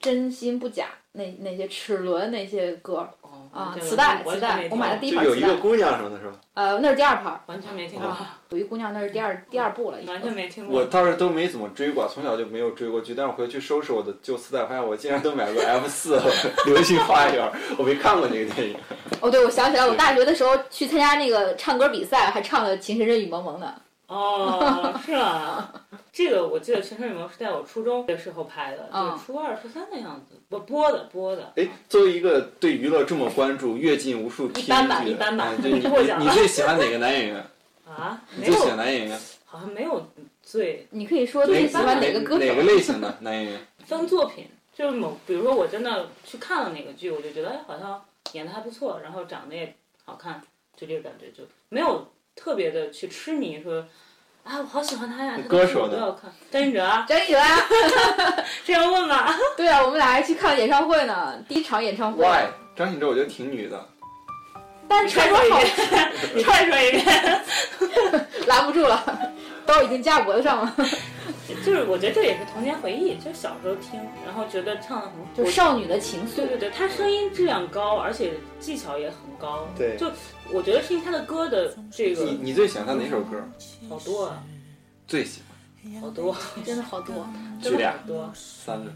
Speaker 1: 真心不假那那些齿轮那些歌
Speaker 3: 哦
Speaker 1: 啊，
Speaker 3: 这个
Speaker 1: 磁带
Speaker 3: 我
Speaker 1: 磁带，我买的第一
Speaker 2: 就
Speaker 1: 盘
Speaker 2: 有
Speaker 1: 磁
Speaker 2: 一
Speaker 1: 带
Speaker 2: 个，哦姑娘什么的是吧？
Speaker 1: 呃，那是第二盘，啊
Speaker 3: 完全没听过，
Speaker 1: 有一姑娘那是第二第二部了，已经
Speaker 3: 完全没听过。
Speaker 2: 我倒是都没怎么追过，从小就没有追过剧，但是我回去收拾我的旧磁带，发现我竟然都买过 F 四 《流星花园》， 我没看过那个电影。
Speaker 1: 哦，对，我想起来，我大学的时候去参加那个唱歌比赛，还唱了《情深深雨蒙蒙》呢。
Speaker 3: 哦，是啊，这个我记得《全身羽毛》是在我初中的时候拍的，
Speaker 1: 嗯
Speaker 3: 就是初二、初三的样子，不播的播的。
Speaker 2: 哎，作为一个对娱乐这么关注、阅尽无数篇
Speaker 3: 一般吧
Speaker 2: 剧的
Speaker 3: 一般吧
Speaker 2: 哎对你
Speaker 3: 过奖
Speaker 2: 你
Speaker 3: 了
Speaker 2: 你最喜欢哪个男演员？
Speaker 3: 啊，
Speaker 2: 你
Speaker 3: 没
Speaker 2: 最
Speaker 3: 有
Speaker 2: 喜，欢男演员？
Speaker 3: 好像没有最
Speaker 1: 你可以说最喜欢哪个歌手？
Speaker 2: 哪个类型的男演员？
Speaker 3: 分作品，就是某，比如说我真的去看了哪个剧，我就觉得哎，好像演的还不错，然后长得也好看，就这个感觉，就没有特别的去痴迷说。啊，我好喜欢他呀！他的
Speaker 2: 歌
Speaker 3: 剧
Speaker 2: 手
Speaker 3: 我都
Speaker 2: 呢
Speaker 3: 要看张信哲啊，
Speaker 1: 张信哲啊，
Speaker 3: 这样问吧。
Speaker 1: 对啊，我们俩还去看演唱会呢，第一场演唱会。
Speaker 2: Why？张信哲我觉得挺女的，
Speaker 1: 但是传说好
Speaker 3: 你快说一遍。
Speaker 1: 拦不住了， 刀已经架脖子上了，
Speaker 3: 就是我觉得这也是童年回忆，就是小时候听，然后觉得唱的很
Speaker 1: 就
Speaker 3: 我
Speaker 1: 少女的情
Speaker 3: 对
Speaker 1: 愫。
Speaker 3: 对对，他声音质量高，而且技巧也很高。
Speaker 2: 对
Speaker 3: 就我觉得是因为他的歌的这个
Speaker 2: 你你最喜欢他哪首歌？
Speaker 3: 好多啊，
Speaker 2: 最喜欢
Speaker 3: 好多，啊
Speaker 1: 真的好多，
Speaker 2: 举
Speaker 3: 真的
Speaker 2: 俩
Speaker 3: 好多。啊
Speaker 2: 三个。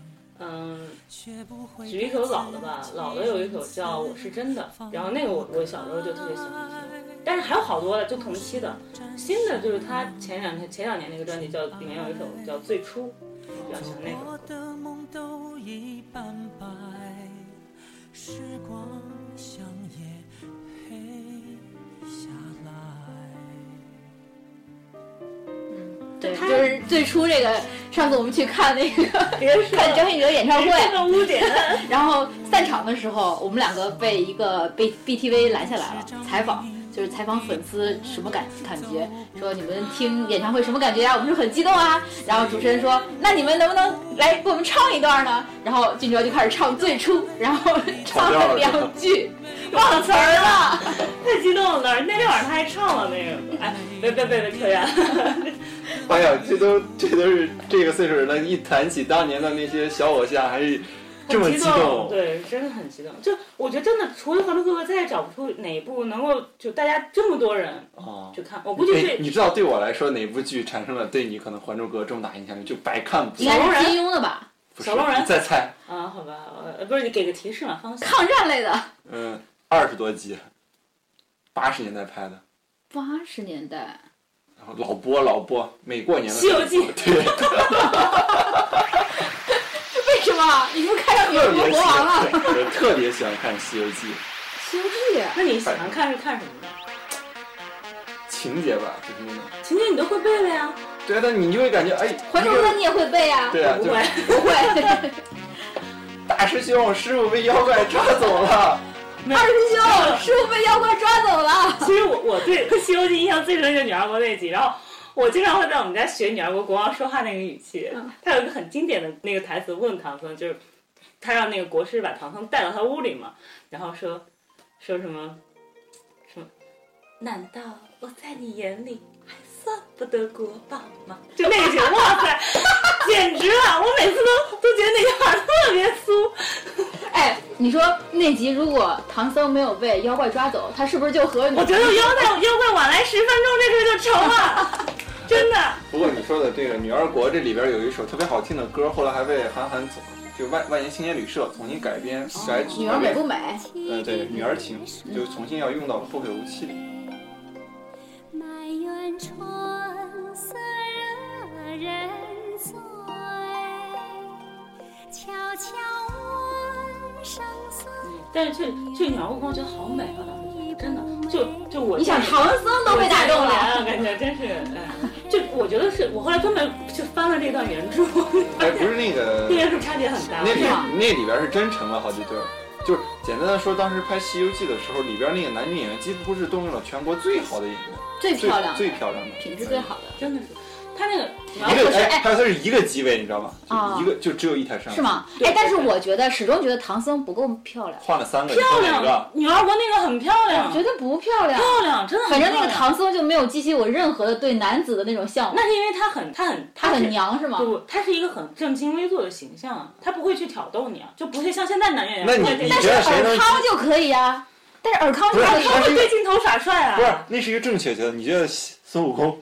Speaker 3: 嗯，举一首老的吧，老的有一首叫《我是真的》，然后那个我我小时候就特别喜欢听，但是还有好多的，就同期的，新的就是他前两天前两年那个专辑叫里面有一首叫《最初》，我比较喜欢那首
Speaker 4: 我
Speaker 3: 歌。
Speaker 4: 的梦都已斑白，时光像夜黑下来。
Speaker 1: 对，
Speaker 3: 他
Speaker 1: 就是最初这个，上次我们去看那个
Speaker 3: 别说
Speaker 1: 看 张信哲演唱会，
Speaker 3: 这个污点。
Speaker 1: 然后散场的时候，我们两个被一个被 BTV 拦下来了，采访就是采访粉丝什么感感觉，说你们听演唱会什么感觉呀、我们说很激动啊。然后主持人说，那你们能不能来给我们唱一段呢？然后俊哲就开始唱《最初》，然后唱了两句，忘了词儿了。
Speaker 3: 太激动了！那天晚上他还唱了那个，哎，别别别别扯远了。
Speaker 2: 哎呀，这都这都是这个岁数人了，一谈起当年的那些小偶像，还是这么
Speaker 3: 很激
Speaker 2: 动。
Speaker 3: 对，真的很激动。就我觉得真的，除了《还珠格格》，再也找不出哪一部能够就大家这么多人
Speaker 2: 啊，
Speaker 3: 去看。我估计
Speaker 2: 哎，
Speaker 3: 是
Speaker 2: 你知道对我来说哪部剧产生了对你可能《还珠格格》这么大影响力？就白看不
Speaker 1: 应该是金庸的吧，
Speaker 2: 不是
Speaker 3: 小龙人
Speaker 2: 再猜，
Speaker 3: 啊，好吧，呃，不是你给个提示嘛，方向。
Speaker 1: 抗战类的，
Speaker 2: 嗯，二十多集，八十年代拍的，
Speaker 1: 八十年代。
Speaker 2: 然后老播老播，每过年的
Speaker 3: 西
Speaker 2: 时候
Speaker 3: 游记
Speaker 2: 对，
Speaker 1: 为什么你们看上女
Speaker 2: 特
Speaker 1: 儿国
Speaker 2: 别喜
Speaker 1: 国王了？《
Speaker 2: 欢，我特别喜欢看《西游记》，
Speaker 1: 西游记》
Speaker 3: 那你喜欢看是看什么的？
Speaker 2: 情节吧，就是那种。
Speaker 3: 情节你都会背了呀？
Speaker 2: 对啊，但你就会感觉哎，
Speaker 1: 《还珠格格》你也会背啊？
Speaker 2: 对啊，
Speaker 3: 我不
Speaker 2: 就
Speaker 3: 会。
Speaker 1: 不 会。
Speaker 2: 大师兄，师傅被妖怪抓走了。
Speaker 1: 二师兄，师傅被妖怪抓走了。
Speaker 3: 其实我我对《西游记》印象最深就是女儿国那集，然后我经常会在我们家学女儿国国王说话那个语气。他有一个很经典的那个台词问唐僧，就是他让那个国师把唐僧带到他屋里嘛，然后说说什么什么，难道我在你眼里还算不得国宝吗？就那个句，哇塞，简直了！我每次都都觉得那句话特别酥。
Speaker 1: 哎，你说那那集如果唐僧没有被妖怪抓走，他是不是就和
Speaker 3: 我觉得妖怪妖怪晚来十分钟这事儿就成了，真的。
Speaker 2: 不过你说的这个《女儿国》这里边有一首特别好听的歌，后来还被韩寒总就万万年青年旅社重新改编改
Speaker 1: 哦女儿美不美？嗯
Speaker 2: 呃对《女儿情》，就重新要用到《后会无期》里。
Speaker 5: 埋怨春色惹人醉，悄悄问声碎。
Speaker 3: 但是去去鸟屋宫，我觉得好美啊！当时觉得真的，就就我
Speaker 1: 你想唐僧都被打动了，
Speaker 3: 啊，感觉真是，嗯，就我觉得是我后来专门去翻了这段原著，
Speaker 2: 哎，不是那个
Speaker 3: 这原著差别很大。
Speaker 2: 那
Speaker 1: 是
Speaker 2: 里
Speaker 1: 吗
Speaker 2: 那里边是真成了好几对儿，就是简单的说，当时拍《西游记》的时候，里边那个男女演员几乎是动用了全国最好的演员，
Speaker 1: 最
Speaker 2: 最
Speaker 1: 漂亮的
Speaker 2: 最，漂亮的，
Speaker 1: 品质最好的。
Speaker 3: 真的是，他那个
Speaker 2: 嗯。
Speaker 3: 鸟
Speaker 2: 一
Speaker 3: 屋
Speaker 2: 个
Speaker 3: 宫是
Speaker 2: 哎，他他是一个机位，你知道吗？
Speaker 1: 啊
Speaker 2: 就一个就只有一台摄像，
Speaker 1: 是？吗？
Speaker 3: 对
Speaker 1: 哎，但是
Speaker 3: 对对
Speaker 1: 我觉得始终觉得唐僧不够漂亮，
Speaker 2: 换了三个，
Speaker 3: 漂
Speaker 2: 你换哪
Speaker 3: 亮
Speaker 2: 个，
Speaker 3: 女儿国那个很漂
Speaker 2: 嗯
Speaker 3: 亮，
Speaker 1: 觉得不漂亮。
Speaker 3: 漂亮，真的很
Speaker 1: 反
Speaker 3: 漂
Speaker 1: 正
Speaker 3: 亮。
Speaker 1: 那个唐僧就没有激起我任何的对男子的那种向往，
Speaker 3: 那是因为他很他很
Speaker 1: 他
Speaker 3: 是
Speaker 1: 很娘是吗？
Speaker 3: 不，他是一个很正襟危坐的形象，他不会去挑逗你啊，就不会像现在男演员
Speaker 2: 那你
Speaker 3: 会对
Speaker 2: 你
Speaker 3: 但
Speaker 2: 觉
Speaker 3: 是
Speaker 2: 得谁
Speaker 1: 尔
Speaker 2: 能？
Speaker 1: 康就可以啊，但是尔康
Speaker 2: 不是
Speaker 1: 可以
Speaker 2: 他
Speaker 3: 他
Speaker 2: 是
Speaker 3: 会对镜头耍帅啊。
Speaker 2: 不是，那是一个正确角色。你觉得孙悟空、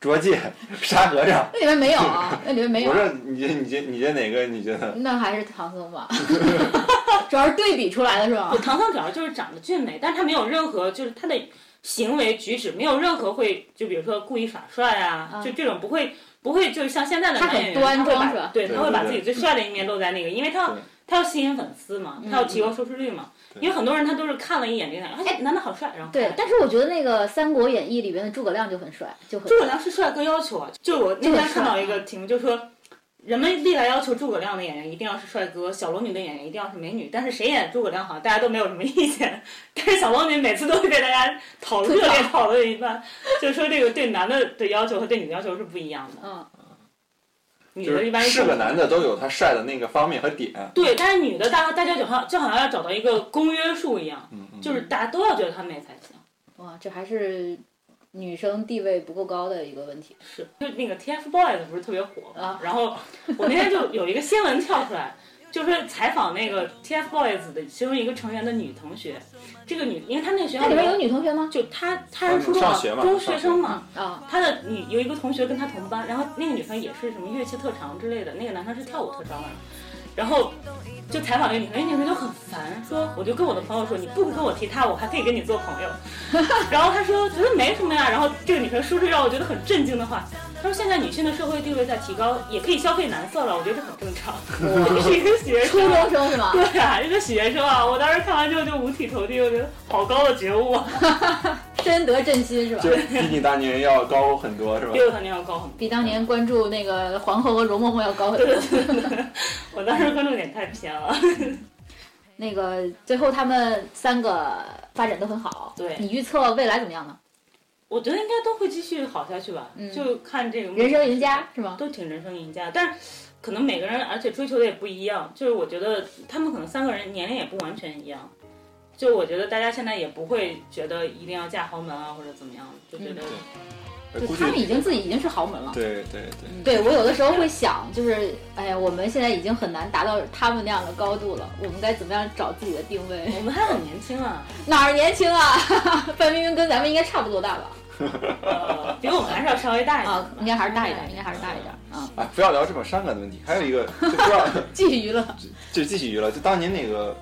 Speaker 2: 猪八戒、 沙和尚？
Speaker 1: 那里面没有啊，那里面没有
Speaker 2: 我。说你你觉你觉得哪个？你觉得？
Speaker 1: 那还是唐僧吧， 主要是对比出来的是吧
Speaker 3: 不，？唐僧主要就是长得俊美，但是他没有任何就是他的行为举止没有任何会就比如说故意耍帅啊，
Speaker 1: 嗯
Speaker 3: 就这种不会不会就是像现在的
Speaker 1: 他
Speaker 3: 男
Speaker 1: 很
Speaker 3: 演员，
Speaker 1: 端
Speaker 3: 他会
Speaker 1: 庄
Speaker 3: 把
Speaker 1: 是吧
Speaker 3: 对，
Speaker 2: 对
Speaker 3: 他会把
Speaker 2: 对
Speaker 3: 自
Speaker 2: 对
Speaker 3: 己最帅的一面露在那个，因为他要
Speaker 2: 对
Speaker 3: 他要吸引粉丝嘛，他要提
Speaker 1: 嗯
Speaker 3: 高收视率嘛。因为很多人他都是看了一眼这个男人，哎，男的好帅，然后
Speaker 1: 对，但是我觉得那个《三国演义》里边的诸葛亮就很帅，就很
Speaker 3: 诸葛亮是帅哥要求啊，就我那天看到一个题目，就说人们历来要求诸葛亮的演员一定要是帅哥，小龙女的演员一定要是美女，但是谁演诸葛亮好像大家都没有什么意见， 但是小龙女每次都会被大家讨论
Speaker 1: 吐
Speaker 3: 热
Speaker 1: 槽
Speaker 3: 烈讨论一番，就是说这个对男的的要求和对女的要求是不一样的，
Speaker 1: 嗯，
Speaker 3: 女
Speaker 2: 就
Speaker 3: 的一般
Speaker 2: 是是个
Speaker 3: 更
Speaker 2: 男的都有他帅的那个方面和点。
Speaker 3: 对，但是女的大大家就好像就好像要找到一个公约数一样，
Speaker 2: 嗯，嗯
Speaker 3: 就是大家都要觉得她美才行。
Speaker 1: 哇，这还是女生地位不够高的一个问题。
Speaker 3: 是，就那个 TFBOYS 不是特别火嘛
Speaker 1: 啊
Speaker 3: 然后我那天就有一个新闻跳出来，就是采访那个 TFBOYS 的其中一个成员的女同学，这个女，因为她那个学
Speaker 1: 那
Speaker 3: 校
Speaker 1: 里面
Speaker 3: 没
Speaker 1: 有女同学吗？
Speaker 3: 就她她是初中
Speaker 2: 上
Speaker 3: 啊
Speaker 2: 学嘛
Speaker 3: 中
Speaker 2: 上
Speaker 3: 学
Speaker 2: 学
Speaker 3: 生嘛，
Speaker 1: 啊，
Speaker 3: 她的女有一个同学跟她同班，然后那个女生也是什么乐器特长之类的，那个男生是跳舞特长的，然后。就采访那个女生，那女生就很烦，说我就跟我的朋友说，你不跟我提她，我还可以跟你做朋友。然后她说觉得没什么呀，然后这个女生说出让我觉得很震惊的话，她说现在女性的社会地位在提高，也可以消费男色了，我觉得这很正常。 我是一个学
Speaker 1: 初
Speaker 3: 生，
Speaker 1: 中生是 吧？
Speaker 3: 对啊，一个学生啊，我当时看完之后就五体投地，我觉得好高的觉悟啊，
Speaker 1: 深得朕心是吧？
Speaker 2: 就是比你当年要高很多，是吧
Speaker 3: 比？我当年要高很多。
Speaker 1: 比当年关注那个皇后和容嬷嬷要高很多。
Speaker 3: 我当时关注点太偏了。
Speaker 1: 那个最后他们三个发展都很好，
Speaker 3: 对
Speaker 1: 你预测未来怎么样呢？
Speaker 3: 我觉得应该都会继续好下去吧，
Speaker 1: 嗯
Speaker 3: 就看这个啊
Speaker 1: 人生赢家是吗？
Speaker 3: 都挺人生赢家，但是可能每个人而且追求的也不一样，就是我觉得他们可能三个人年龄也不完全一样，就我觉得大家现在也不会觉得一定要嫁豪门啊或者怎么样，就觉得、
Speaker 2: 嗯
Speaker 1: 就
Speaker 2: 估计
Speaker 1: 他们已经自己已经是豪门了。
Speaker 2: 对对对，
Speaker 1: 对我有的时候会想，就是哎呀，我们现在已经很难达到他们那样的高度了，我们该怎么样找自己的定位？
Speaker 3: 我们还很年轻啊，
Speaker 1: 哪儿年轻啊？范冰冰跟咱们应该差不多大吧？
Speaker 3: 呃，比我们还是要稍微大一点
Speaker 1: 啊，应该还是大一点，应该还是大一点啊。
Speaker 2: 哎，不要聊这么伤感的问题。还有一 个，就不知道，
Speaker 1: 继续娱乐，
Speaker 2: 就继续娱乐，就当年那个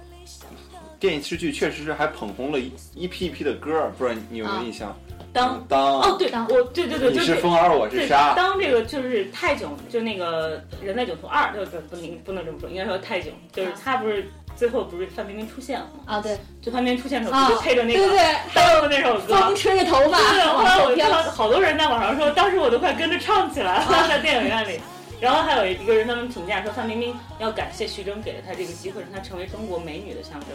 Speaker 2: 电视剧，确实是还捧红了一一批一批的歌儿，不知道你有没有印象？
Speaker 3: 啊
Speaker 2: 嗯
Speaker 3: 当
Speaker 2: 当
Speaker 3: 哦对，
Speaker 1: 当
Speaker 3: 我对对对，
Speaker 2: 你
Speaker 3: 就是
Speaker 2: 风儿，我
Speaker 3: 对
Speaker 2: 是，啊沙。
Speaker 3: 当这个就是泰囧，就那个《人在囧途二》，就不不能不能这么说，应该说泰囧，就是他不是最后不是范冰冰出现了吗？
Speaker 1: 啊，对
Speaker 3: 就范冰冰出现的时
Speaker 1: 啊，
Speaker 3: 候，不就配着那
Speaker 1: 对
Speaker 3: 个
Speaker 1: 对
Speaker 3: 当的那首
Speaker 1: 对，风
Speaker 3: 歌。
Speaker 1: 吹着头发
Speaker 3: 对，后来
Speaker 1: 往
Speaker 3: 我
Speaker 1: 后
Speaker 3: 看
Speaker 1: 飘
Speaker 3: 到。好多人在网上说，当时我都快跟着唱起来
Speaker 1: 啊
Speaker 3: 了，在电影院里。然后还有一个人他们评价说，范冰冰要感谢徐峥给了她这个机会，让她成为中国美女的象征。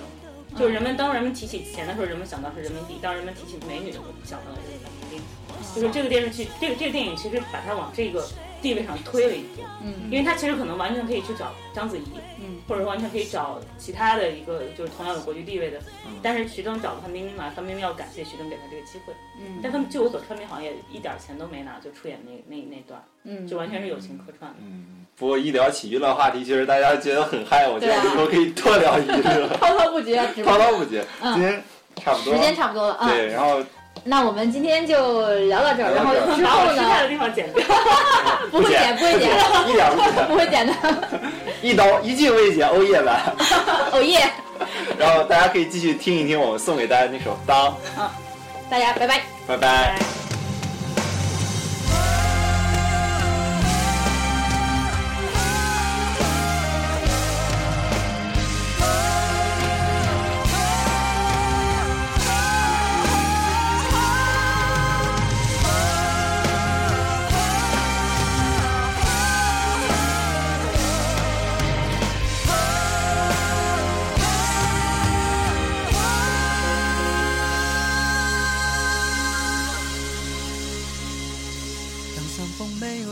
Speaker 3: 就人们当人们提起钱的时候，人们想到是人民币；当人们提起美女的时候，想到的是范冰冰。就是这个电视剧，这个这个电影其实把它往这个地位上推了一步，
Speaker 1: 嗯
Speaker 3: 因为它其实可能完全可以去找章子怡，
Speaker 1: 嗯，
Speaker 3: 或者完全可以找其他的一个就是同样有国际地位的，
Speaker 2: 嗯
Speaker 3: 但是徐峥找了范冰冰嘛，范冰冰要感谢徐峥给她这个机会，
Speaker 1: 嗯
Speaker 3: 但他们据我所知，范冰冰好像也一点钱都没拿就出演那那那段，
Speaker 1: 嗯
Speaker 3: 就完全是友情客串的。
Speaker 2: 嗯不过一聊起娱乐话题，其实大家觉得很嗨，我觉
Speaker 1: 对
Speaker 2: 得
Speaker 1: 啊
Speaker 2: 以后可以多 聊娱乐，
Speaker 1: 滔滔不绝 啊，直播
Speaker 2: 滔滔不绝。
Speaker 1: 嗯
Speaker 2: 今天差不多
Speaker 1: 时，间差不多了啊。
Speaker 2: 对，然后
Speaker 1: 那我们今天就聊到这儿，然
Speaker 2: 聊
Speaker 1: 后
Speaker 2: 到这儿
Speaker 1: 之
Speaker 3: 把我
Speaker 1: 后
Speaker 3: 失态
Speaker 1: 呢，
Speaker 3: 的地方剪掉，
Speaker 1: 不会剪，不会剪，
Speaker 2: 一点儿不剪，
Speaker 1: 不会剪的。
Speaker 2: 一刀一句未剪，欧耶版。
Speaker 1: 哦耶，
Speaker 2: 然后大家可以继续听一听我们送给大家那首《当》，
Speaker 1: 大家拜拜。
Speaker 2: 拜拜。
Speaker 3: 拜
Speaker 4: 当山峰没有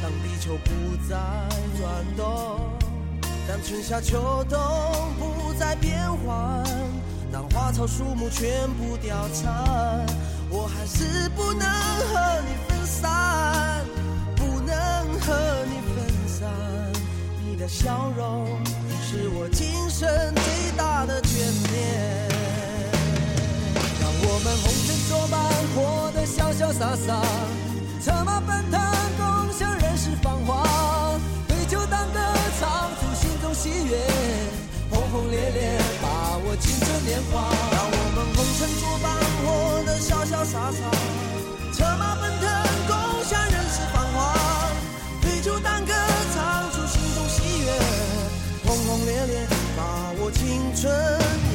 Speaker 4: 当地球不再转动，当春夏秋冬不再变换，当花草树木全部凋残，我还是不能和你分散，不能和你分散。你的笑容是我今生最大的眷恋。让我们红尘作伴，活得潇潇洒洒，策马奔腾，共享人世繁华。对酒当歌，唱出心中喜悦，轰轰烈烈把握青春年华。让我们红尘作伴，活得潇潇洒洒，策马奔腾，共享人世繁华。对酒当歌，唱出心中喜悦，轰轰烈烈把握青春。